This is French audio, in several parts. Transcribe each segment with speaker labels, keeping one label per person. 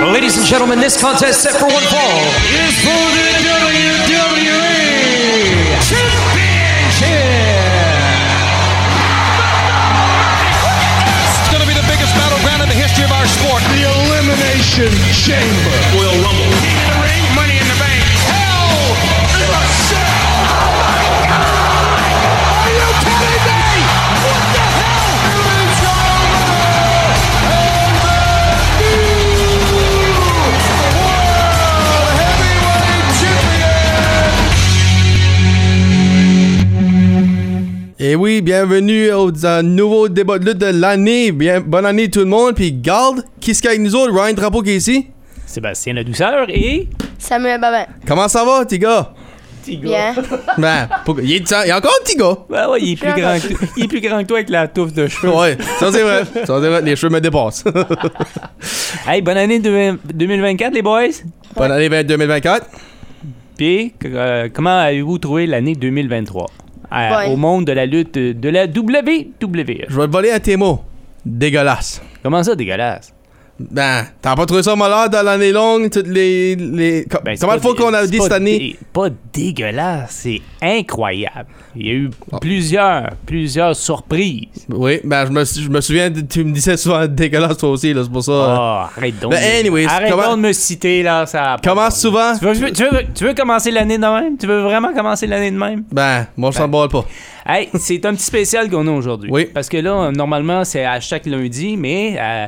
Speaker 1: Ladies and gentlemen, this contest set for one fall is for the WWE Championship.
Speaker 2: It's going to be the biggest battleground in the history of our sport.
Speaker 3: The Elimination Chamber.
Speaker 4: Royal Rumble.
Speaker 5: King of the Ring, Money in the Bank.
Speaker 2: Hell in a Cell.
Speaker 6: Oh my God!
Speaker 2: Are you kidding me? What the hell?
Speaker 6: It's
Speaker 7: Et oui, bienvenue au à nouveau débat de lutte de l'année. Bien, bonne année tout le monde. Puis garde, qui est avec nous autres? Ryan Drapeau qui est ici?
Speaker 8: Sébastien La Douceur et...
Speaker 9: Samuel Babin.
Speaker 7: Comment ça va, petit gars?
Speaker 8: Petit
Speaker 9: Bien.
Speaker 7: Ben, pourquoi- il, est, il est encore un petit gars.
Speaker 8: Ben ouais, il est, plus grand que, il est plus grand que toi avec la touffe de cheveux.
Speaker 7: Ouais, ça c'est vrai. Ça c'est vrai, les cheveux me dépassent.
Speaker 8: Hey, bonne année de- 2024, les boys.
Speaker 7: bonne année 20- 2024.
Speaker 8: Puis, euh, comment avez-vous trouvé l'année 2023 Euh,
Speaker 9: Ouais.
Speaker 8: au monde de la lutte euh, de la WWE?
Speaker 7: Je vais te voler à tes mots. Dégueulasse.
Speaker 8: Comment ça, dégueulasse?
Speaker 7: Ben, t'as pas trouvé ça malade dans l'année longue, toutes les. les... co-
Speaker 8: Ben, c'est
Speaker 7: Comment
Speaker 8: pas
Speaker 7: de fois
Speaker 8: dé-
Speaker 7: qu'on a
Speaker 8: c'est
Speaker 7: dit
Speaker 8: pas
Speaker 7: cette année?
Speaker 8: dé- pas dégueulasse, c'est incroyable. Il y a eu
Speaker 7: Ah.
Speaker 8: plusieurs, plusieurs surprises.
Speaker 7: Oui, ben, je me, sou- je me souviens, tu me disais souvent dégueulasse toi aussi, là, c'est pour ça.
Speaker 8: Ah, arrête donc.
Speaker 7: Ben, anyways,
Speaker 8: arrête
Speaker 7: comment-
Speaker 8: donc de me citer, là. Ça a pas
Speaker 7: Comment
Speaker 8: de bon
Speaker 7: souvent-
Speaker 8: sens. Tu veux, tu veux- tu veux- tu veux commencer l'année de même? Tu veux vraiment commencer l'année de même?
Speaker 7: Ben, moi je s'en bats pas.
Speaker 8: Hey, c'est un petit spécial qu'on a aujourd'hui.
Speaker 7: Oui.
Speaker 8: Parce que là, normalement, c'est à chaque lundi, mais euh,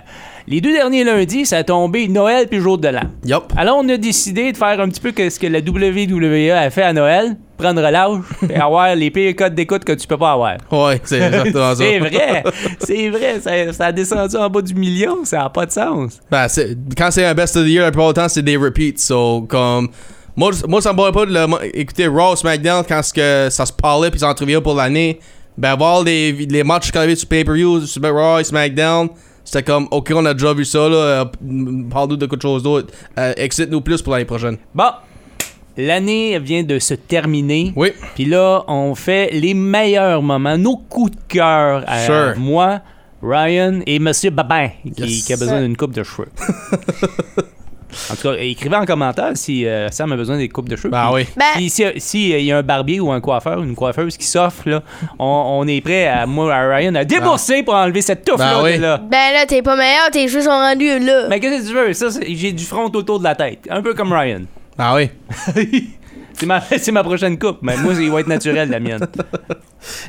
Speaker 8: les deux derniers lundis, ça a tombé Noël puis jour de l'an.
Speaker 7: Yup.
Speaker 8: Alors, on a décidé de faire un petit peu que ce que la WWE a fait à Noël, prendre l'âge et avoir les pires codes d'écoute que tu peux pas avoir.
Speaker 7: Ouais, c'est exactement ça.
Speaker 8: C'est vrai, c'est vrai, ça, ça a descendu en bas du million, ça n'a pas de sens.
Speaker 7: Ben, c'est- quand c'est un best of the year, la plupart du temps, c'est des repeats. So, comme. Moi, je- moi ça me boit pas de le- écouter Raw SmackDown quand ce que ça se parlait puis s'entreviait pour l'année. Ben, voir les, les matchs qui arrivaient sur pay-per-view, sur Raw et SmackDown, c'était comme, ok, on a déjà vu ça, là. euh, m- Parle-nous de quelque chose d'autre. Euh, Excite-nous plus pour l'année prochaine.
Speaker 8: Bon, l'année vient de se terminer.
Speaker 7: Oui.
Speaker 8: Puis là, on fait les meilleurs moments, nos coups de cœur à
Speaker 7: Sure.
Speaker 8: moi, Ryan et Monsieur Babin, qui,
Speaker 7: Yes.
Speaker 8: qui a besoin d'une coupe de cheveux. en tout cas, écrivez en commentaire si euh, Sam a besoin des coupes de cheveux.
Speaker 7: Ben
Speaker 8: Puis-
Speaker 7: oui.
Speaker 9: Ben-
Speaker 8: puis si, si, euh, il y a un barbier ou un coiffeur ou une coiffeuse qui s'offre, là, on, on est prêt à moi, à Ryan, à débourser pour enlever cette touffe-là.
Speaker 7: Ben oui.
Speaker 8: de là.
Speaker 9: Ben là, t'es pas meilleur, tes cheveux sont rendus là.
Speaker 8: Mais qu'est-ce que tu veux? Ça, c'est- j'ai du front autour de la tête. Un peu comme Ryan.
Speaker 7: Ah oui.
Speaker 8: c'est ma, c'est ma prochaine coupe. Mais moi, il va être naturel, la mienne.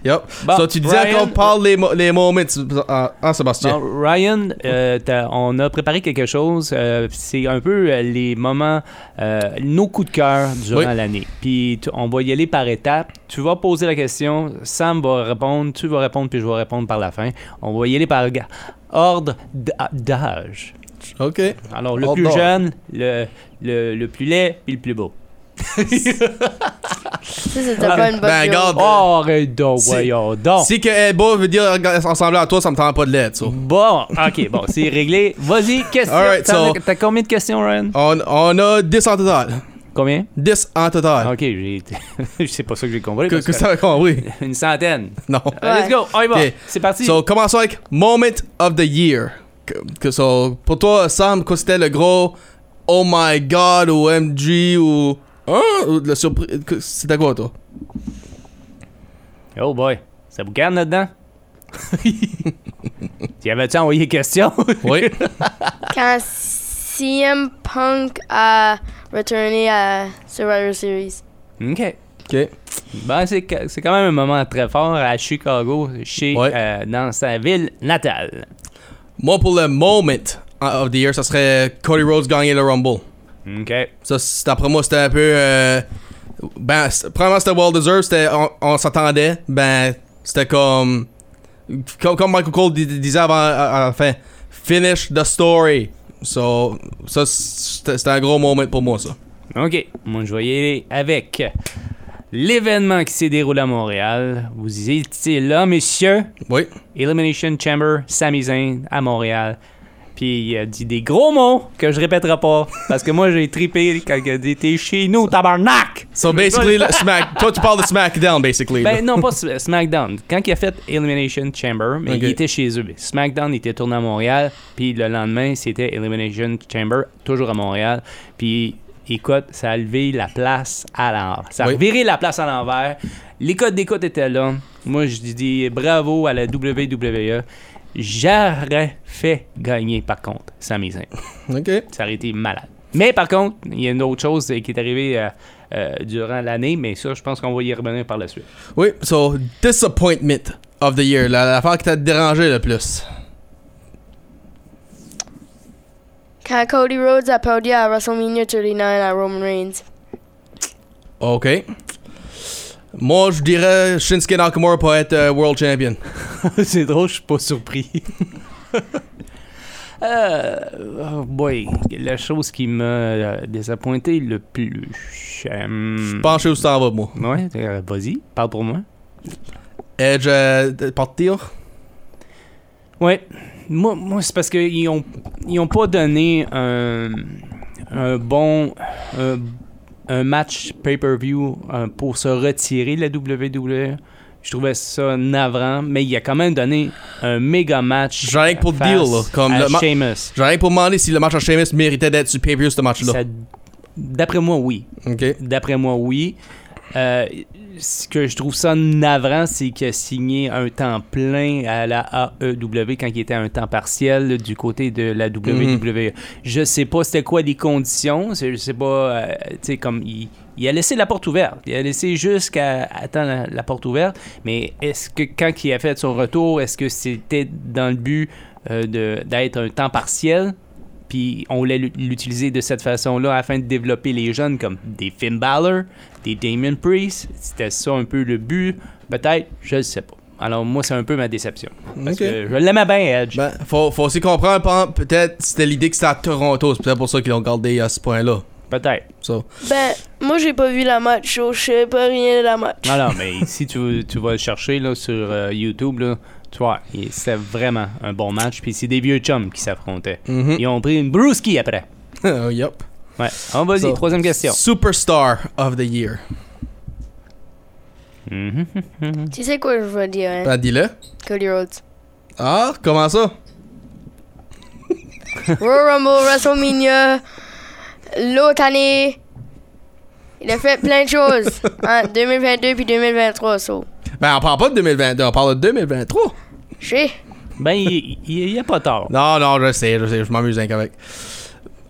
Speaker 7: Yup.
Speaker 8: Bon,
Speaker 7: so, tu disais
Speaker 8: Brian-
Speaker 7: qu'on parle les, mo- les moments en, en Sébastien.
Speaker 8: Bon, Ryan, euh, t'as- on a préparé quelque chose. euh, c'est un peu euh, les moments, euh, nos coups de cœur durant
Speaker 7: Oui.
Speaker 8: l'année. Puis tu- on va y aller par étapes. Tu vas poser la question, Sam va répondre, tu vas répondre, puis je vais répondre par la fin. On va y aller par ga- ordre d'a- d'âge.
Speaker 7: Ok.
Speaker 8: Alors, le
Speaker 7: Ordre
Speaker 8: plus
Speaker 7: d'âge.
Speaker 8: jeune, le, le, le plus laid, puis le plus beau.
Speaker 9: Ça, c'était pas une bonne
Speaker 7: Ben,
Speaker 9: joke.
Speaker 7: regarde.
Speaker 8: Oh, arrête donc,
Speaker 7: Si-
Speaker 8: voyons donc.
Speaker 7: Si que elle est beau veut dire ensemble à toi, ça me tend pas de l'aide, so.
Speaker 8: Bon, ok, bon, c'est réglé. Vas-y, question.
Speaker 7: All right,
Speaker 8: T'as
Speaker 7: so-
Speaker 8: t'as combien de questions, Ryan?
Speaker 7: On, on uh, a 10 en total.
Speaker 8: Combien?
Speaker 7: 10 en total.
Speaker 8: Ok, j'ai. c'est pas ça que j'ai compris.
Speaker 7: Ah. Que,
Speaker 8: parce
Speaker 7: que
Speaker 8: que-
Speaker 7: ça compte, oui.
Speaker 8: Une centaine.
Speaker 7: Non.
Speaker 8: Euh,
Speaker 9: Ouais.
Speaker 8: Let's go. On y va.
Speaker 7: Ok.
Speaker 8: C'est parti.
Speaker 7: So, commençons avec Moment of the Year. Que, que so, pour toi, Sam, quoi c'était le gros Oh my god ou MG ou. Hein? Ou le surprise. que- C'était quoi, toi?
Speaker 8: Oh boy. Ça boucane là-dedans? y avait-tu envoyé question?
Speaker 7: Oui.
Speaker 9: Quand CM Punk a retourné à Survivor Series.
Speaker 8: ok.
Speaker 7: ok.
Speaker 8: Ben, c'est ca- c'est quand même un moment très fort à Chicago, chez,
Speaker 7: Ouais.
Speaker 8: euh, dans sa ville natale.
Speaker 7: Moi, pour le Moment of the Year, ça serait Cody Rhodes gagner le Rumble.
Speaker 8: Ok.
Speaker 7: Ça, c'est- d'après moi, c'était un peu. euh, ben, c'est- premièrement, c'était well deserved. C'était, on, on s'attendait. Ben, c'était comme, comme. Comme Michael Cole dis- disait avant, à, à la fin, finish the story. So, ça, c'était, c'était un gros moment pour moi, ça.
Speaker 8: Ok. Moi, je vais y aller avec l'événement qui s'est déroulé à Montréal. Vous étiez là, messieurs.
Speaker 7: Oui.
Speaker 8: Elimination Chamber, Sami Zayn à Montréal. Puis il a dit des gros mots que je répéterai pas. Parce que moi, j'ai tripé quand il a dit T'es chez nous, tabarnak!
Speaker 7: So basically, le smack. Toi, tu parles de SmackDown, basically. là.
Speaker 8: Ben non, pas S- SmackDown. Quand il a fait Elimination Chamber, mais
Speaker 7: Ok.
Speaker 8: il était chez eux. SmackDown était tourné à Montréal, puis le lendemain, c'était Elimination Chamber, toujours à Montréal. Puis écoute, ça a levé la place à l'envers. Ça a
Speaker 7: Oui.
Speaker 8: viré la place à l'envers. Les codes d'écoute étaient là. Moi, je dis bravo à la WWE. J'aurais fait gagner, par contre, Sami Zayn.
Speaker 7: Ok.
Speaker 8: Ça aurait été malade. Mais par contre, il y a une autre chose euh, qui est arrivée euh, euh, durant l'année, mais ça, je pense qu'on va y revenir par la suite.
Speaker 7: Oui, so, disappointment of the year. la- L'affaire qui t'a dérangé le plus.
Speaker 9: Quand Cody Rhodes applaudit à WrestleMania 39 à Roman Reigns.
Speaker 7: Ok. Moi, je dirais Shinsuke Nakamura pour être euh, world champion.
Speaker 8: C'est drôle, je suis pas surpris. euh, oh boy, la chose qui m'a euh, désappointé le plus. euh,
Speaker 7: Pensez Mm. où ça en va, moi.
Speaker 8: Ouais, euh, vas-y, parle pour moi.
Speaker 7: Edge, euh, de- partir.
Speaker 8: Ouais, moi, moi c'est parce qu'ils ont, ils ont pas donné un, un bon. Un, un match pay-per-view euh, pour se retirer de la WWE. Je trouvais ça navrant, mais il a quand même donné un méga match.
Speaker 7: J'en ai que pour le
Speaker 8: face
Speaker 7: deal, là, comme
Speaker 8: à
Speaker 7: le ma-
Speaker 8: Sheamus.
Speaker 7: J'aurais pour demander si le match à Sheamus méritait d'être sur pay-per-view, ce match-là.
Speaker 8: Ça- D'après moi, oui.
Speaker 7: Ok.
Speaker 8: D'après moi, oui. Euh, ce que je trouve ça navrant, c'est qu'il a signé un temps plein à la AEW quand il était à un temps partiel du côté de la WWE. Je sais pas c'était quoi les conditions. c'est- Je sais pas, euh, tu sais, comme il, il a laissé la porte ouverte. Il a laissé jusqu'à attendre la, la porte ouverte. Mais est-ce que quand il a fait son retour, est-ce que c'était dans le but euh, de- d'être un temps partiel? puis on voulait l'u- l'utiliser de cette façon-là afin de développer les jeunes comme des Finn Balor, des Damien Priest. C'était ça un peu le but, peut-être, je ne sais pas. Alors moi, c'est un peu ma déception. Parce
Speaker 7: Ok.
Speaker 8: que je l'aimais bien, Edge.
Speaker 7: Ben, faut, faut aussi comprendre, par exemple, peut-être c'était l'idée que c'était à Toronto, c'est peut-être pour ça qu'ils l'ont gardé à ce point-là.
Speaker 8: Peut-être.
Speaker 7: So,
Speaker 9: Ben, moi, j'ai pas vu la match, so je sais pas rien de la match.
Speaker 8: Non, non, mais si tu, tu vas le chercher là, sur euh, YouTube, là, tu vois, il- c'était vraiment un bon match. Puis c'est des vieux chums qui s'affrontaient.
Speaker 7: Mhm.
Speaker 8: Ils ont pris une brewski après.
Speaker 7: yup.
Speaker 8: Ouais. On va y
Speaker 7: So,
Speaker 8: troisième question.
Speaker 7: Superstar of the year.
Speaker 8: Mhm.
Speaker 9: Tu sais quoi je veux dire, hein?
Speaker 7: Ben, dis-le.
Speaker 9: Cody Rhodes.
Speaker 7: Ah, comment ça?
Speaker 9: Royal Rumble, WrestleMania, l'autre année. Il a fait plein de choses hein, en 2022 puis 2023, so.
Speaker 7: Ben, on parle pas de 2022, on parle de 2023.
Speaker 9: Je sais.
Speaker 8: Ben, il n'y a pas tort.
Speaker 7: Non, non, je sais, je sais, je m'amuse rien avec.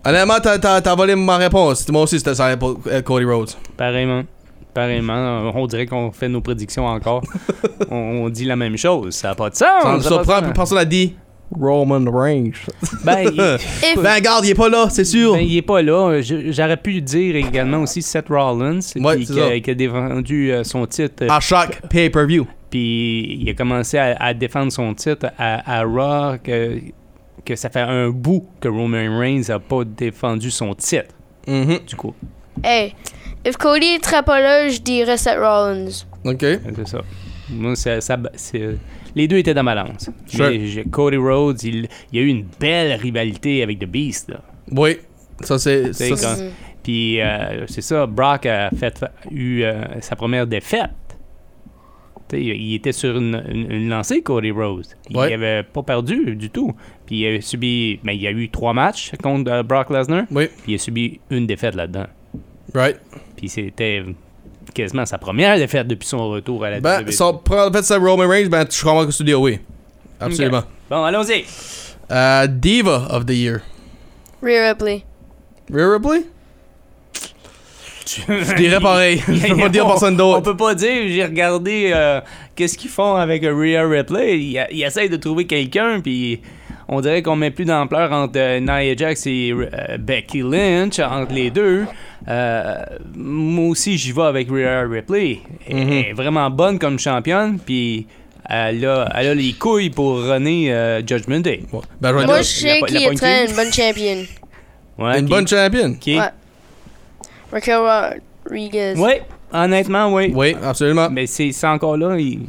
Speaker 7: Honnêtement, t'as- t'as t'as volé ma réponse. Moi aussi, c'était ça pour euh, Cody Rhodes.
Speaker 8: Pareillement. Pareillement. On dirait qu'on fait nos prédictions encore. on, on dit la même chose. Ça n'a pas de sens.
Speaker 7: Ça me
Speaker 8: Ah, ça a
Speaker 7: surprend,
Speaker 8: pas de sens.
Speaker 7: personne a dit Roman Reigns.
Speaker 8: Ben, il-
Speaker 9: If-
Speaker 7: Ben, regarde, il est pas là, c'est sûr.
Speaker 8: ben, il est pas là. Je- J'aurais pu dire également aussi Seth Rollins,
Speaker 7: Ouais,
Speaker 8: qui,
Speaker 7: c'est
Speaker 8: qui
Speaker 7: ça. Ah.
Speaker 8: a, qui a défendu euh, son titre.
Speaker 7: À chaque pay-per-view.
Speaker 8: Puis il a commencé à, à défendre son titre à, à Raw, que, que ça fait un bout que Roman Reigns n'a pas défendu son titre,
Speaker 7: Mhm.
Speaker 8: du coup.
Speaker 9: Hey, if Cody est pas là, je dirais Seth Rollins.
Speaker 7: Ok.
Speaker 8: C'est ça. Moi, c'est- ça- c'est- les deux étaient dans ma lance.
Speaker 7: Sure.
Speaker 8: Mais j'ai- Cody Rhodes, il, il y a eu une belle rivalité avec The Beast. là.
Speaker 7: Oui. Ça, c'est.
Speaker 8: Tu sais,
Speaker 7: ça, c'est-
Speaker 8: quand- Puis euh, c'est ça, Brock a fait, eu euh, sa première défaite. Tu sais, il était sur une, une- une lancée, Cody Rhodes. Il
Speaker 7: Ouais.
Speaker 8: avait pas perdu du tout. Puis il a subi, ben, il a eu trois matchs contre euh, Brock Lesnar.
Speaker 7: Oui.
Speaker 8: Puis il a subi une défaite là-dedans.
Speaker 7: Right.
Speaker 8: Puis c'était quasiment sa première défaite depuis son retour à la E.
Speaker 7: Ben,
Speaker 8: WWE.
Speaker 7: si on prend en fait ça Roman Reigns, ben, je comprends que tu dis oui. Absolument.
Speaker 8: Ok. Bon, allons-y.
Speaker 7: Euh, Diva of the year.
Speaker 9: Rhea Ripley.
Speaker 7: Rhea Ripley? Je dirais pareil. Je peux pas dire personne
Speaker 8: On
Speaker 7: d'autre.
Speaker 8: peut pas dire, j'ai regardé euh, qu'est-ce qu'ils font avec Rhea Ripley. Ils, ils essayent de trouver quelqu'un, puis on dirait qu'on met plus d'ampleur entre euh, Nia Jax et euh, Becky Lynch, entre les deux. Euh, moi aussi, j'y vais avec Rhea Ripley. Elle
Speaker 7: Mm-hmm.
Speaker 8: est vraiment bonne comme championne, puis elle a, elle a les couilles pour runner euh, Judgment Day.
Speaker 7: Bon, Ben, je vais
Speaker 9: Moi,
Speaker 7: dire
Speaker 9: je
Speaker 8: il a
Speaker 9: sais
Speaker 8: pas- il a
Speaker 9: qu'il
Speaker 8: pas
Speaker 9: est
Speaker 8: une
Speaker 9: très
Speaker 8: queue.
Speaker 9: une bonne championne.
Speaker 8: Ouais,
Speaker 7: une
Speaker 8: qui-
Speaker 7: bonne championne.
Speaker 8: qui-
Speaker 9: Ouais. Raquel Rodriguez.
Speaker 8: Ouais, honnêtement, oui.
Speaker 7: Oui, absolument.
Speaker 8: Mais c'est c'est encore là. il- Tu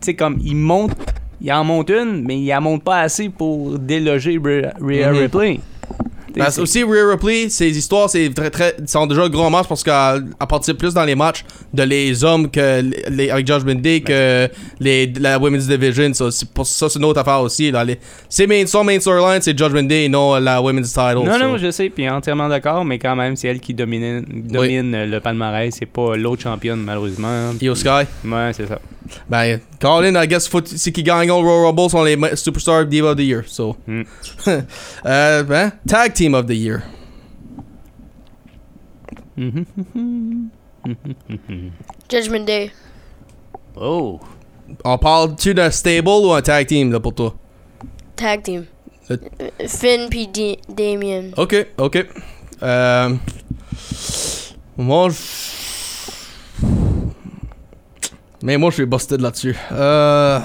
Speaker 8: sais, comme il monte, il en monte une, mais il en monte pas assez pour déloger Rhea Rhea
Speaker 7: Mhm.
Speaker 8: Ripley.
Speaker 7: Parce que Ben, aussi, Rhea Ripley, ses histoires c'est très, très, sont déjà gros match parce qu'elle elle participe plus dans les matchs de les hommes que les- les- avec Judgment Day que les, la Women's Division. Ça, c'est- pour ça, c'est une autre affaire aussi. Là. Les- ses main, son main storyline, c'est Judgment Day et non la Women's Title.
Speaker 8: Non,
Speaker 7: ça.
Speaker 8: non, je sais, puis entièrement d'accord, mais quand même, c'est elle qui domine, domine le palmarès, c'est pas l'autre championne, malheureusement.
Speaker 7: Io Sky.
Speaker 8: Ouais, c'est ça.
Speaker 7: Ben, Colin, I guess, faut- c'est qui gagne au Royal Rumble sont les ma- Superstar Diva of the Year. So.
Speaker 8: Mm.
Speaker 7: Euh, ben, Tag Team of the Year.
Speaker 8: Mhm.
Speaker 9: Judgment Day.
Speaker 8: Oh!
Speaker 7: On parle-tu d'un stable ou un tag team là, pour toi?
Speaker 9: Tag team.
Speaker 7: Le-
Speaker 9: Euh, Finn puis Di- Damien.
Speaker 7: Ok, ok. Euh, moi, je- mais moi, je suis busted là-dessus. Euh,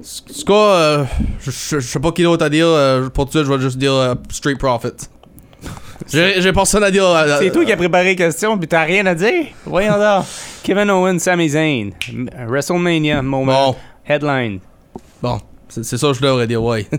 Speaker 7: c- c'est quoi, euh, je- je je sais pas qui d'autre à dire. euh, pour tout de suite, je vais juste dire euh, Street Profit. J'ai j'ai personne à dire. euh,
Speaker 8: C'est
Speaker 7: euh,
Speaker 8: toi qui as préparé les questions, puis t'as rien à dire? Voyons donc. Kevin Owens, Sami Zayn, M- WrestleMania moment,
Speaker 7: euh, Bon,
Speaker 8: headline.
Speaker 7: bon, c'est c'est ça que je devrais dire, ouais.
Speaker 8: Ouais.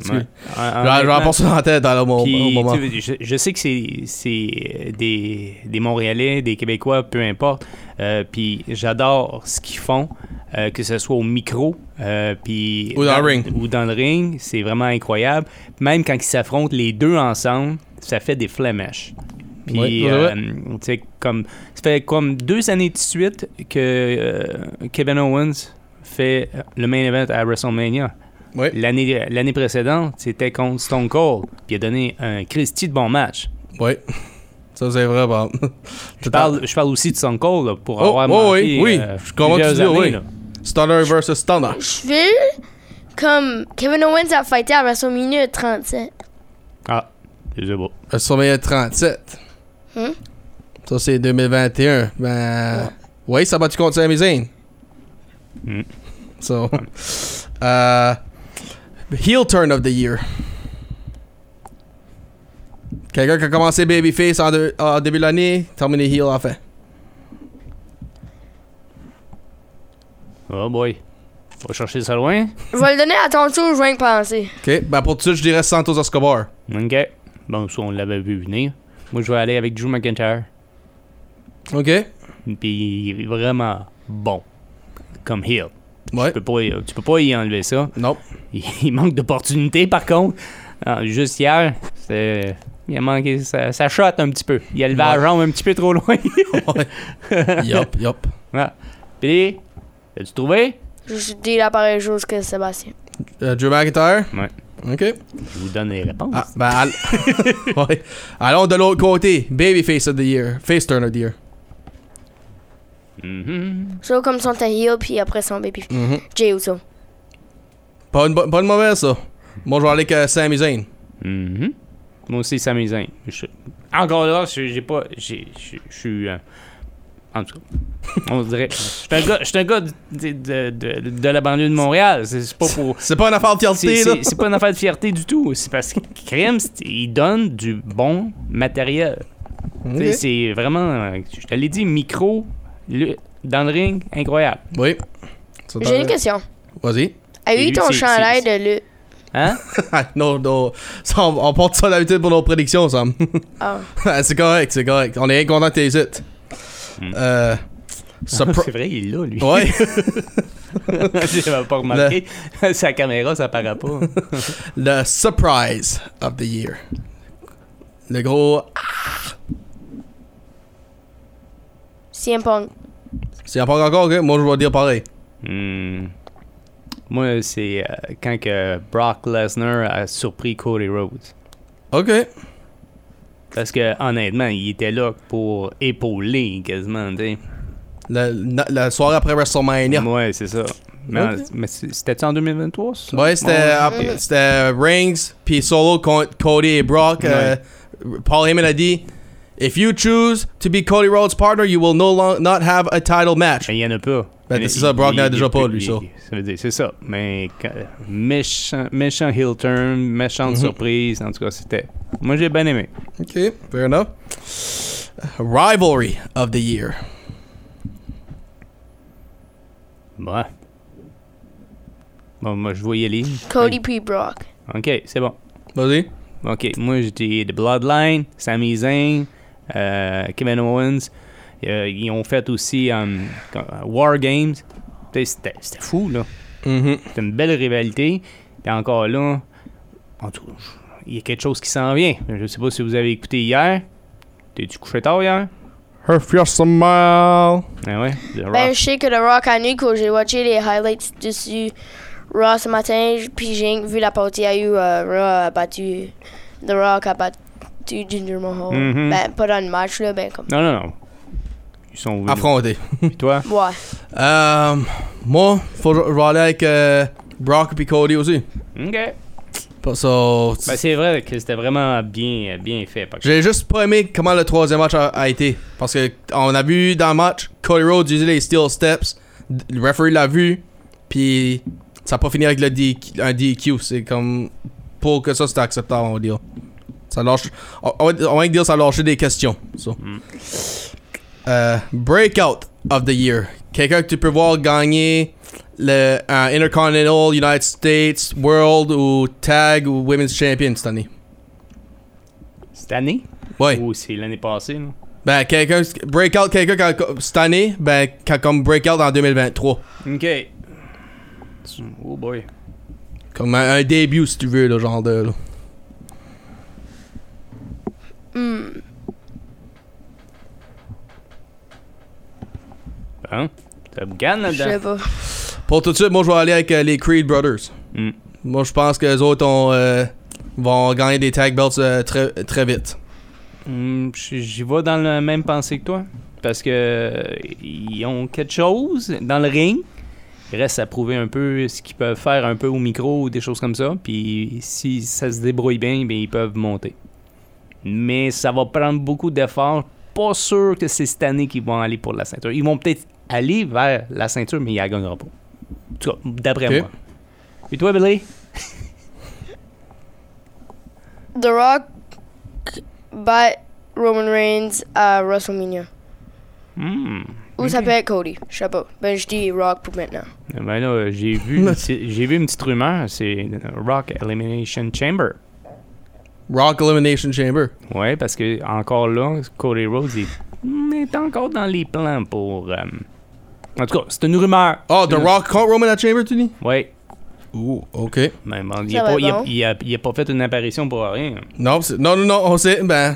Speaker 7: J'en j'en
Speaker 8: Honnêtement,
Speaker 7: pense en tête à mon,
Speaker 8: Puis,
Speaker 7: au moment.
Speaker 8: tu sais, je, je sais que c'est- c'est euh, des, des Montréalais, des Québécois, peu importe. Euh, puis j'adore ce qu'ils font, euh, que ce soit au micro euh, puis
Speaker 7: Ou dans le ring.
Speaker 8: Ou dans le ring, c'est vraiment incroyable. Même quand ils s'affrontent les deux ensemble, ça fait des flemèches. Puis,
Speaker 7: Ouais, ouais,
Speaker 8: euh,
Speaker 7: ouais.
Speaker 8: tu sais, comme, ça fait comme deux années de suite que euh, Kevin Owens fait le main event à WrestleMania.
Speaker 7: Ouais.
Speaker 8: L'année l'année précédente, c'était contre Stone Cold. Puis il a donné un Christie de bon match.
Speaker 7: Ouais. Ça, c'est vrai, bon.
Speaker 8: Je parle, je parle aussi de Stone Cold là, pour
Speaker 7: Oh,
Speaker 8: avoir
Speaker 7: oh,
Speaker 8: manqué,
Speaker 7: oui, oui.
Speaker 8: euh,
Speaker 7: Je comprends ce que tu
Speaker 8: plusieurs
Speaker 7: dis, oui.
Speaker 8: années, là.
Speaker 7: Stunner versus Stunner.
Speaker 9: Je veux comme Kevin Owens a fighté à WrestleMania 37.
Speaker 8: Ah, c'est beau.
Speaker 7: Le sommet 37.
Speaker 9: Hmm?
Speaker 7: Ça, c'est 2021. Ben. Oui, ça a battu contre Sami Zayn.
Speaker 8: Hmm.
Speaker 7: So. Euh. Heel turn of the year. Quelqu'un qui a commencé Babyface en, deux- en début de l'année, terminé Heel en fait.
Speaker 8: Oh boy. On va chercher ça loin.
Speaker 9: Je vais le donner à ton tour, je viens de penser.
Speaker 7: Ok, ben pour tout de suite, je dirais Santos Escobar.
Speaker 8: OK. Bon, ça, on l'avait vu venir. Moi, je vais aller avec Drew McIntyre.
Speaker 7: Ok.
Speaker 8: Puis il est vraiment bon. Comme heel.
Speaker 7: Ouais.
Speaker 8: Tu peux pas, y- tu peux pas y enlever ça.
Speaker 7: Non.
Speaker 8: Il il manque d'opportunités, par contre. Ah, juste hier, c'est- il a manqué sa, sa shot un petit peu. Il a levé la
Speaker 7: Ouais.
Speaker 8: jambe un petit peu trop loin.
Speaker 7: yup, yup.
Speaker 8: Ah. Puis, as-tu trouvé?
Speaker 9: Je suis dit la pareille chose que Sébastien.
Speaker 7: Euh, Drew McIntyre.
Speaker 8: Ouais.
Speaker 7: Ok.
Speaker 8: Je vous donne les réponses.
Speaker 7: Ah, ben, all- Ouais. allons de l'autre côté. Babyface of the year. Face turn of the year.
Speaker 8: Mhm.
Speaker 9: So comme son heel puis après son baby.
Speaker 7: Mhm.
Speaker 8: Mm-hmm.
Speaker 9: Jay Uso.
Speaker 8: Bah
Speaker 7: Pas une, bo- pas une mauvaise, ça. Moi, je vais aller avec euh, Sami Zayn.
Speaker 8: Mhm. Moi aussi, c'est amusant. Je- Encore là, je- j'ai pas. j'ai- Je je suis. euh, En tout cas, on dirait. Je suis un gars, je suis un gars de, de- de- de la banlieue de Montréal. C'est c'est pas pour.
Speaker 7: C'est pas une affaire de
Speaker 8: C'est-
Speaker 7: fierté, là.
Speaker 8: C'est c'est pas une affaire de fierté du tout. C'est parce que Crème, c'est- il donne du bon matériel. Tu sais,
Speaker 7: Ok.
Speaker 8: C'est vraiment, euh, je te l'ai dit, micro, le- dans le ring, incroyable.
Speaker 7: Oui. Ça
Speaker 9: J'ai une
Speaker 7: doit-
Speaker 9: question.
Speaker 7: Vas-y.
Speaker 9: As-tu
Speaker 8: lui,
Speaker 9: ton
Speaker 8: c'est-
Speaker 9: chandail
Speaker 8: c'est-
Speaker 9: de lutte?
Speaker 8: Hein?
Speaker 7: Ah, non, non. Ça, on, on porte ça d'habitude pour nos prédictions, Sam.
Speaker 9: Ah.
Speaker 7: c'est correct, c'est correct. On est rien content que t'hésites. Euh. surpri-
Speaker 8: Mm. Ah, C'est vrai, il est là, lui.
Speaker 7: ouais.
Speaker 8: J'avais pas remarqué. Sa caméra, ça paraît pas.
Speaker 7: Le surprise of the year. Le gros.
Speaker 9: CM Punk.
Speaker 7: C'est encore encore, ok? Moi, je vais dire pareil.
Speaker 8: Hmm. Moi, c'est euh, quand que Brock Lesnar a surpris Cody Rhodes.
Speaker 7: Ok.
Speaker 8: Parce que, honnêtement, il était là pour épauler quasiment, tu sais.
Speaker 7: Le- na- la soirée après WrestleMania.
Speaker 8: Ouais, c'est ça. Mais,
Speaker 7: Ok.
Speaker 8: mais c- c'était-tu en 2023? ça?
Speaker 7: Ouais, c'était euh,
Speaker 9: Ouais.
Speaker 7: c'était Rings puis Solo contre Cody et Brock. euh, Paul Heyman a dit If you choose to be Cody Rhodes' partner, you will no long not have a title match.
Speaker 8: Mais il n'y en a pas.
Speaker 7: Ben,
Speaker 8: Mais
Speaker 7: c'est
Speaker 8: il-
Speaker 7: ça, Brock
Speaker 8: il-
Speaker 7: n'en a
Speaker 8: il-
Speaker 7: déjà pas, lui,
Speaker 8: il-
Speaker 7: ça.
Speaker 8: Ça veut dire, c'est ça. Mais quand- méchant, méchant heel turn,
Speaker 7: Mhm.
Speaker 8: méchante surprise, en tout cas, c'était. Moi, j'ai bien aimé.
Speaker 7: Okay, fair enough. Rivalry of the year.
Speaker 8: Ouais. Bah. Bon, moi, je vais y aller.
Speaker 9: Cody P. Brock.
Speaker 8: OK, c'est bon.
Speaker 7: Vas-y.
Speaker 8: OK, moi, j'ai dit The Bloodline, Sami Zayn, euh, Kevin Owens. Euh, ils ont fait aussi euh, War Games. Tu sais, C'était c'était fou, là.
Speaker 7: Mhm.
Speaker 8: C'était une belle rivalité. Et encore là, en tout cas, il y a quelque chose qui s'en vient. Je sais pas si vous avez écouté hier. T'es-tu couché tard hier?
Speaker 7: Herf your smile.
Speaker 8: Ah ouais, The
Speaker 9: Ben,
Speaker 8: Rock.
Speaker 9: je sais que The Rock à nuit, quand j'ai watché les highlights dessus Raw ce matin, j- puis j'ai vu la partie à eu euh, Raw a battu. The Rock a battu Ginger Mahal.
Speaker 8: Mhm.
Speaker 9: Ben, pas dans le match, là, ben comme.
Speaker 8: Non, non, non. Ils sont venus.
Speaker 7: Affronté.
Speaker 8: Puis toi?
Speaker 9: Ouais.
Speaker 7: Euh, moi, faut je vais aller avec euh, Brock et Cody aussi.
Speaker 8: OK.
Speaker 7: Pas- So,
Speaker 8: Ben, c'est vrai que c'était vraiment bien, bien fait. par-
Speaker 7: J'ai juste pas aimé comment le troisième match a, a été. Parce que on a vu dans le match Cody Rhodes user les steel steps. D- Le referee l'a vu. Puis ça a pas fini avec le DQ, un DQ. C'est comme pour que ça c'était acceptable, on va dire. Ça lâche. On, on va- on va dire ça a lâché des questions. so. Euh, breakout of the year. Quelqu'un que tu peux voir gagner le un Intercontinental, United States, World ou Tag ou Women's Champion cette année.
Speaker 8: Cette année?
Speaker 7: Ouais.
Speaker 8: Ou c'est l'année passée, là?
Speaker 7: Ben, quelqu'un, breakout, quelqu'un qui a co- cette année, ben, qui a comme breakout en 2023.
Speaker 8: OK. Oh boy.
Speaker 7: Comme un, un début, si tu veux, le genre de. là.
Speaker 9: Hmm.
Speaker 8: Hein? T'as boucan
Speaker 9: Je sais
Speaker 8: là-dedans?
Speaker 9: pas.
Speaker 7: Pour tout de suite, moi, je vais aller avec euh, les Creed Brothers.
Speaker 8: Mm.
Speaker 7: Moi, je pense que les autres ont, euh, vont gagner des tag belts euh, très, très vite.
Speaker 8: Hmm, j- J'y vais dans la même pensée que toi. Parce que euh, ils ont quelque chose dans le ring. Il reste à prouver un peu ce qu'ils peuvent faire un peu au micro ou des choses comme ça. Puis si ça se débrouille bien, bien ils peuvent monter. Mais ça va prendre beaucoup d'efforts. Pas sûr que c'est cette année qu'ils vont aller pour la ceinture. Ils vont peut-être aller vers la ceinture, mais ils la gagneront pas. En tout cas, d'après
Speaker 7: Ok.
Speaker 8: moi. Et toi, Billy?
Speaker 9: The Rock bat Roman Reigns à WrestleMania.
Speaker 8: Hmm.
Speaker 9: Ou ça peut être Cody. Je sais pas. Ben, je dis Rock pour maintenant.
Speaker 8: Ben là, euh, j'ai vu, une petite- j'ai vu une petite rumeur, c'est Rock Elimination Chamber.
Speaker 7: Rock Elimination Chamber.
Speaker 8: Ouais, parce que encore là, Cody Rhodes est, mm, est encore dans les plans pour. euh, En tout cas, c'est une rumeur.
Speaker 7: Oh, The Rock contre Roman à Chamber, tu dis
Speaker 8: Ouais,
Speaker 7: Ouh, ok.
Speaker 8: mais bon, il
Speaker 9: Ça
Speaker 8: n'a
Speaker 9: va
Speaker 8: pas, il a-
Speaker 9: bon.
Speaker 8: il a- il a pas fait une apparition pour rien.
Speaker 7: Non, c'est- non, non, non, on sait, ben.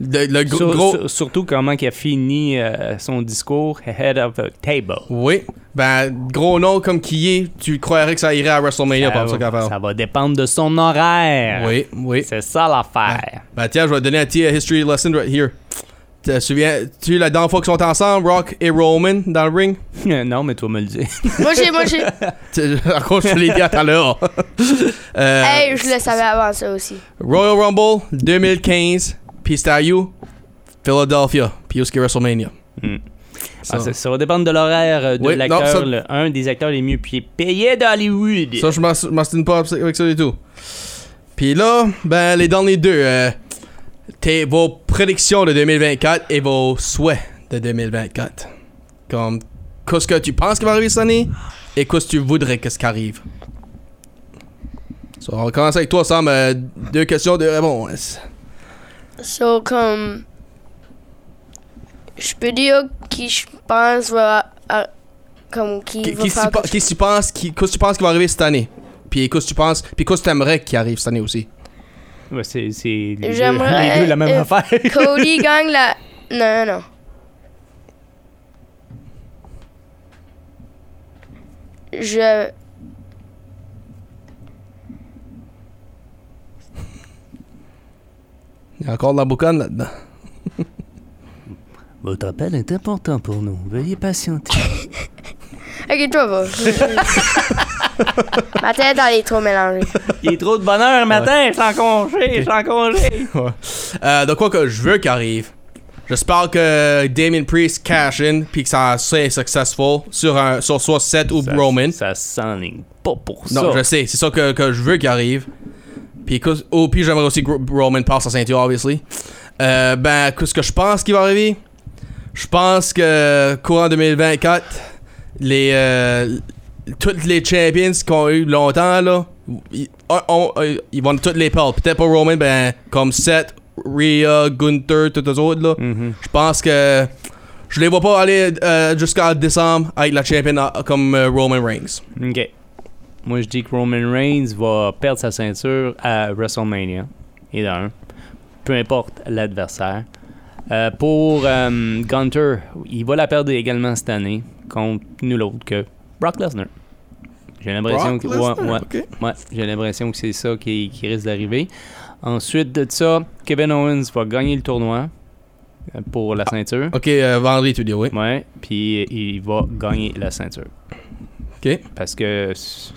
Speaker 7: Le, le gr-
Speaker 8: Sur-
Speaker 7: gros.
Speaker 8: sur- surtout comment il a fini euh, son discours Head of a Table.
Speaker 7: Oui. Ben, gros nom comme qui est, tu croirais que ça irait à WrestleMania par
Speaker 8: ça,
Speaker 7: ça qu'à
Speaker 8: Euh, ça
Speaker 7: faire.
Speaker 8: va dépendre de son horaire.
Speaker 7: Oui, oui.
Speaker 8: C'est ça l'affaire.
Speaker 7: Bah tiens, je vais te donner un petit euh, history lesson right here. Te souviens, tu la dernière fois qu'ils sont ensemble, Rock et Roman dans le ring?
Speaker 8: non, mais toi me le dis.
Speaker 9: Moi, j'ai, moi, j'ai.
Speaker 7: Tu- Encore, je te l'ai dit à tout à l'heure. Euh,
Speaker 9: hey, je le savais avant ça aussi.
Speaker 7: Royal Rumble 2015, puis c'était à you, Philadelphia, puis jusqu'à WrestleMania.
Speaker 8: Hmm.
Speaker 7: Ça,
Speaker 8: Ah, ça, ça va dépendre de l'horaire euh, de
Speaker 7: Oui, non,
Speaker 8: l'acteur.
Speaker 7: ça-
Speaker 8: le- Un des acteurs les mieux pi- payés d'Hollywood.
Speaker 7: ça, je m'as- m'astine pas avec ça du tout. Puis là, ben, les derniers deux, euh, tes- vos prédictions de 2024 et vos souhaits de 2024. Comme, qu'est-ce que tu penses qui va arriver cette année et qu'est-ce que tu voudrais que ce qui arrive. So, on va commencer avec toi, Sam. euh, deux questions, deux réponses.
Speaker 9: So, comme. Je peux dire qui je pense va. à- comme qui,
Speaker 7: Qui,
Speaker 9: va
Speaker 7: qui, s'y
Speaker 9: faire.
Speaker 7: pa- qui s'y pense, qui- qu'est-ce que tu penses qui va arriver cette année? Puis qu'est-ce que tu penses, puis qu'est-ce que tu aimerais qui arrive cette année aussi?
Speaker 8: Ouais, c'est c'est les, deux,
Speaker 9: J'aimerais-
Speaker 8: les deux la même
Speaker 9: euh,
Speaker 8: affaire.
Speaker 9: Cody gagne la. Non, non, non. Je.
Speaker 7: Il y a encore de la boucane là-dedans.
Speaker 8: Votre appel est important pour nous. Veuillez patienter.
Speaker 9: Ok, toi, va. Ma tête, elle est trop mélangée.
Speaker 8: Il est trop de bonheur le matin, je suis en congé, je suis en congé.
Speaker 7: Ouais. Euh, de quoi que je veux qu'il arrive. J'espère que Damien Priest cash in puis que ça soit successful sur, un, sur soit Seth ou Roman.
Speaker 8: Ça s'enligne pas pour ça.
Speaker 7: non, je sais, c'est ça que, que je veux qu'il arrive. Puis, que- oh, puis j'aimerais aussi que Gro- Roman passe sa ceinture, obviously. Euh, ben, qu'est-ce que je pense qui va arriver? Je pense que courant 2024, les, euh, tous les champions qui ont eu longtemps, là, ils, un- on- euh, ils vont toutes les perdre. Peut-être pas Roman, ben, comme Seth, Rhea, Gunther, tous les autres, là. Je pense que je les vois pas aller euh, jusqu'en décembre avec la champion euh, comme euh, Roman Reigns.
Speaker 8: OK. Moi, je dis que Roman Reigns va perdre sa ceinture à WrestleMania. Et d'un. Peu importe l'adversaire. Euh, pour euh, Gunter, il va la perdre également cette année contre nul autre que Brock Lesnar. J'ai l'impression
Speaker 7: Brock
Speaker 8: que,
Speaker 7: Lesnar,
Speaker 8: ouais, ouais,
Speaker 7: ok.
Speaker 8: ouais, j'ai l'impression que c'est ça qui, qui risque d'arriver. Ensuite de ça, Kevin Owens va gagner le tournoi euh, pour la ceinture.
Speaker 7: Ok, euh, vendredi, tu dis oui.
Speaker 8: Ouais, puis il va gagner la ceinture.
Speaker 7: Ok.
Speaker 8: Parce que s-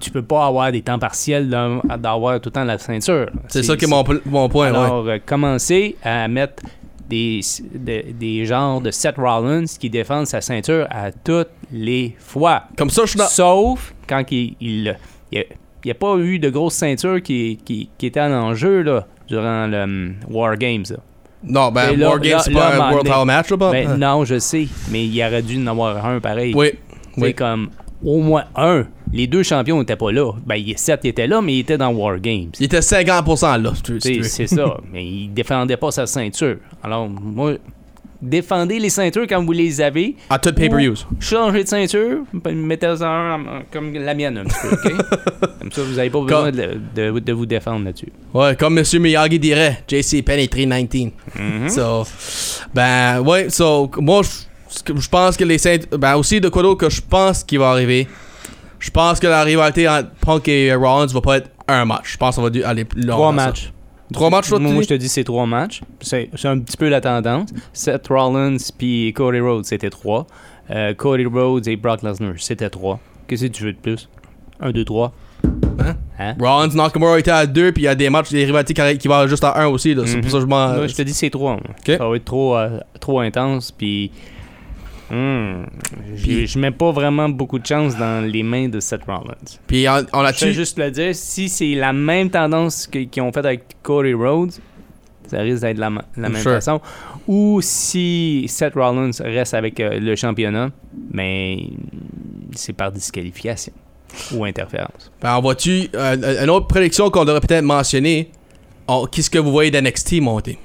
Speaker 8: tu peux pas avoir des temps partiels d'un- d'avoir tout le temps la ceinture.
Speaker 7: C'est ça qui est mon, pl- mon point, ouais.
Speaker 8: Alors, euh, commencez à mettre des, de- des genres de Seth Rollins qui défendent sa ceinture à toutes les fois.
Speaker 7: Comme ça, je suis dans.
Speaker 8: Sauf quand il n'y a, il a pas eu de grosse ceinture qui, qui, qui était en enjeu là, durant le hum, War Games. là.
Speaker 7: Non, ben,
Speaker 8: Et là-
Speaker 7: War Games,
Speaker 8: là-
Speaker 7: c'est
Speaker 8: là,
Speaker 7: pas
Speaker 8: à un
Speaker 7: un World
Speaker 8: moment
Speaker 7: Title Match, là, pas?
Speaker 8: Ben, non, je sais, mais il aurait dû en avoir un pareil.
Speaker 7: Ah, Oui.
Speaker 8: C'est
Speaker 7: oui.
Speaker 8: comme au moins un. Les deux champions n'étaient pas là. Ben, il- certes, ils étaient là, mais ils étaient dans War Games.
Speaker 7: Il était 50% là, si tu- si tu
Speaker 8: T'sais,
Speaker 7: veux.
Speaker 8: C'est ça. Mais il défendait pas sa ceinture. Alors, moi, défendez les ceintures quand vous les avez.
Speaker 7: À tout pay-per-views.
Speaker 8: Ou Changez de ceinture, p- mettez-en un euh, comme la mienne un petit peu, OK? comme ça, vous n'avez pas besoin de, de- de vous défendre là-dessus.
Speaker 7: Ouais, comme Monsieur Miyagi dirait, JC Penn est 319. So, ben, ouais, so, moi, je- ce que- je pense que les Saints. Ben, aussi, de quoi d'autre que je pense qu'il va arriver. Je pense que la rivalité entre Punk et euh, Rollins va pas être un match. Je pense qu'on va dû- aller plus loin.
Speaker 8: Trois
Speaker 7: dans ça.
Speaker 8: matchs.
Speaker 7: Trois matchs, toi, tu
Speaker 8: Moi,
Speaker 7: dis?
Speaker 8: je te dis, c'est trois matchs. C'est c'est un petit peu la tendance. Seth Rollins puis Cody Rhodes, c'était trois. Euh, Cody Rhodes et Brock Lesnar, c'était trois. Qu'est-ce que tu veux de plus? Un, deux, trois.
Speaker 7: Hein?
Speaker 8: Hein?
Speaker 7: Rollins, Nakamura était à 2, puis il y a des matchs, des rivalités qui, arri- qui vont juste à 1 aussi. là. Ah, C'est pour ça que je m'en.
Speaker 8: Moi, Mhm. je te dis, c'est trois. moi.
Speaker 7: Ok.
Speaker 8: Ça va être trop, euh, trop intense, puis... hmm, j'ai- je mets pas vraiment beaucoup de chance dans les mains de Seth Rollins.
Speaker 7: Puis on, on
Speaker 8: Je vais
Speaker 7: a-tu.
Speaker 8: juste le dire, si c'est la même tendance que- qu'ils ont faite avec Cody Rhodes, ça risque d'être la, ma- la même
Speaker 7: Sure.
Speaker 8: façon. Ou si Seth Rollins reste avec euh, le championnat, mais c'est par disqualification ou interférence.
Speaker 7: Ben, on voit-tu. euh, une autre prédiction qu'on devrait peut-être mentionner. On- Qu'est-ce que vous voyez d'NXT monter?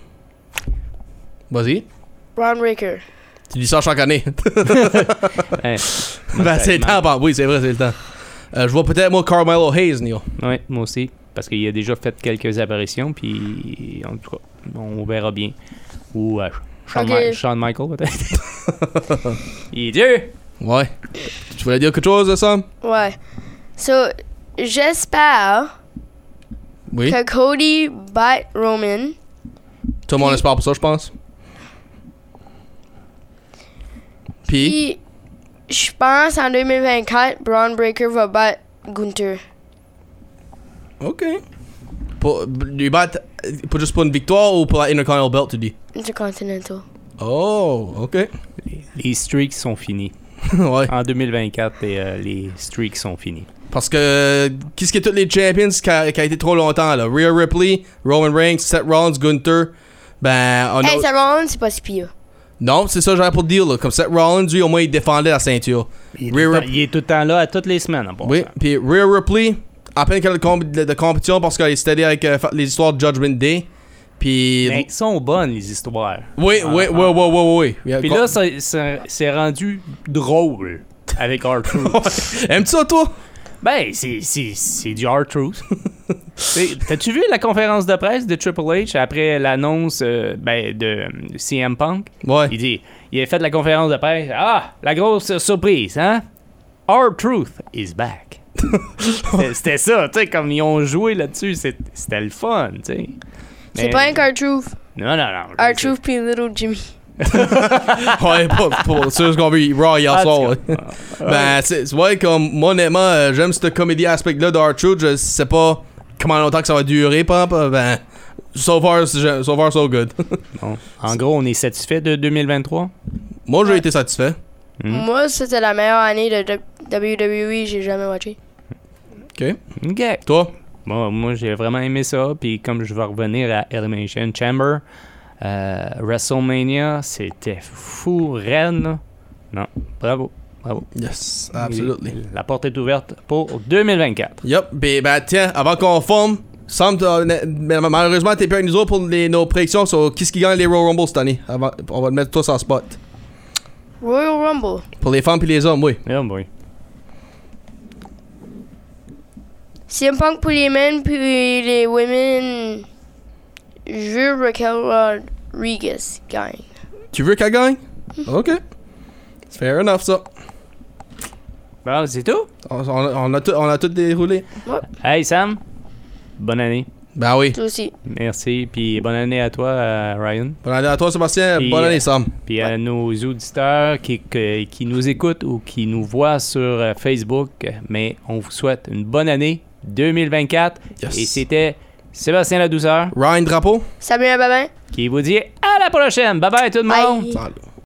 Speaker 7: Vas-y.
Speaker 9: Ron Ricker.
Speaker 7: Tu dis ça chaque année.
Speaker 8: Hein,
Speaker 7: ben, c'est le temps,
Speaker 8: Marc.
Speaker 7: pardon. Oui, c'est vrai, c'est le temps. Euh, je vois peut-être, moi, Carmelo Hayes, Neil.
Speaker 8: Ouais, moi aussi, parce qu'il a déjà fait quelques apparitions, puis en tout cas, on verra bien. Ou euh, Shawn,
Speaker 9: Ok.
Speaker 8: Mi- Shawn Michael, peut-être. Il est Dieu!
Speaker 7: Ouais. Tu voulais dire quelque chose, Sam?
Speaker 9: Ouais. So, j'espère
Speaker 7: Oui.
Speaker 9: que Cody bat Roman.
Speaker 7: Tout le monde espère pour ça, je pense. Puis,
Speaker 9: Puis, je pense en 2024, Braun Breaker va battre Gunther.
Speaker 7: OK. Pour, lui battre, euh, pour juste pour une victoire ou pour la Intercontinental Belt, tu dis?
Speaker 9: Intercontinental.
Speaker 7: Oh, OK.
Speaker 8: Les streaks sont finis.
Speaker 7: ouais.
Speaker 8: En 2024, les, euh, les streaks sont finis.
Speaker 7: Parce que, euh, qu'est-ce que tous les champions qui a, qui a été trop longtemps, là? Rhea Ripley, Roman Reigns, Seth Rollins, Gunther. Ben, on a...
Speaker 9: Hey, ça Rollins, c'est pas si pire.
Speaker 7: Non, c'est ça, j'avais pour le deal. Là. Comme Seth Rollins, lui, au moins, il défendait la ceinture.
Speaker 8: Il est,
Speaker 7: Rhea
Speaker 8: tout le temps,
Speaker 7: Rip-
Speaker 8: il est tout le temps là, à toutes les semaines, en passant.
Speaker 7: Oui, puis Rhea Ripley, à peine qu'elle a combi- de, de compétition parce qu'elle est allée avec euh, fa- les histoires de Judgment Day. Puis.
Speaker 8: Mais elles sont bonnes, les histoires.
Speaker 7: oui, oui, oui, oui, oui, oui, oui.
Speaker 8: ah, Puis là, ça- ça- c'est rendu drôle avec R-Truth.
Speaker 7: Aimes-tu ça, toi?
Speaker 8: ben, c'est- c'est c'est du R-Truth. T'sais, T'as-tu vu la conférence de presse de Triple H après l'annonce euh, ben, de euh, CM Punk?
Speaker 7: Ouais.
Speaker 8: Il dit, il a fait la conférence de presse. Ah, la grosse surprise, hein? Our truth is back. C'était- C'était ça, tu sais, comme ils ont joué là-dessus, c'est- c'était le fun, tu sais.
Speaker 9: C'est
Speaker 8: Mais-
Speaker 9: pas un R-Truth.
Speaker 8: Non, non, non.
Speaker 9: R-Truth puis Little Jimmy.
Speaker 7: ouais, pas pour c'est ce qu'on veut Raw hier
Speaker 8: Ah,
Speaker 7: soir.
Speaker 8: tu
Speaker 7: ouais. ben, c'est c'est- ouais, comme, moi, honnêtement, euh, j'aime ce comédie aspect-là de R-Truth. Je sais pas comment longtemps que ça va durer, pas, pas- ben. So far, c'est- so far, so good.
Speaker 8: Bon, En gros, on est satisfait de 2023?
Speaker 7: moi, j'ai été satisfait.
Speaker 9: Moi, c'était la meilleure année de WWE j'ai jamais watché.
Speaker 7: OK.
Speaker 8: OK.
Speaker 7: Toi?
Speaker 8: Moi, moi j'ai vraiment aimé ça. Puis comme je vais revenir à Elimination Chamber, euh, WrestleMania, c'était fou, raide. là. Non, bravo. Bravo.
Speaker 7: Yes, absolutely.
Speaker 8: La porte est ouverte pour 2024.
Speaker 7: Yup, ben, ben, tiens, avant qu'on forme, Sam, t'as- ne- mais malheureusement, t'es pas avec nous autres pour les- nos prédictions sur qu'est-ce qui gagne les Royal Rumble cette année. Avant- on va le mettre tous en spot.
Speaker 9: Royal Rumble.
Speaker 7: Pour les femmes et les hommes, oui.
Speaker 8: Oh boy.
Speaker 9: CM Punk pour les men, puis les women. Je veux Raquel Rodriguez gagne.
Speaker 7: Tu veux qu'elle gagne? Ok. C'est fair enough, ça.
Speaker 8: Bon, c'est tout.
Speaker 7: On, on- on a tout, on a tout déroulé.
Speaker 8: Hey Sam, bonne année.
Speaker 7: Ben oui.
Speaker 9: Toi aussi.
Speaker 8: Merci. Puis bonne année à toi, euh, Ryan.
Speaker 7: Bonne année à toi, Sébastien.
Speaker 8: Puis,
Speaker 7: Bonne année,
Speaker 8: euh,
Speaker 7: Sam.
Speaker 8: Puis à nos auditeurs qui, que- qui nous écoutent ou qui nous voient sur euh, Facebook, mais on vous souhaite une bonne année 2024.
Speaker 7: Yes.
Speaker 8: Et c'était Sébastien La Douceur
Speaker 7: Ryan Drapeau.
Speaker 9: Samuel Babin.
Speaker 8: qui vous dit à la prochaine. Bye bye tout le
Speaker 9: Bye.
Speaker 8: monde.
Speaker 7: Salut.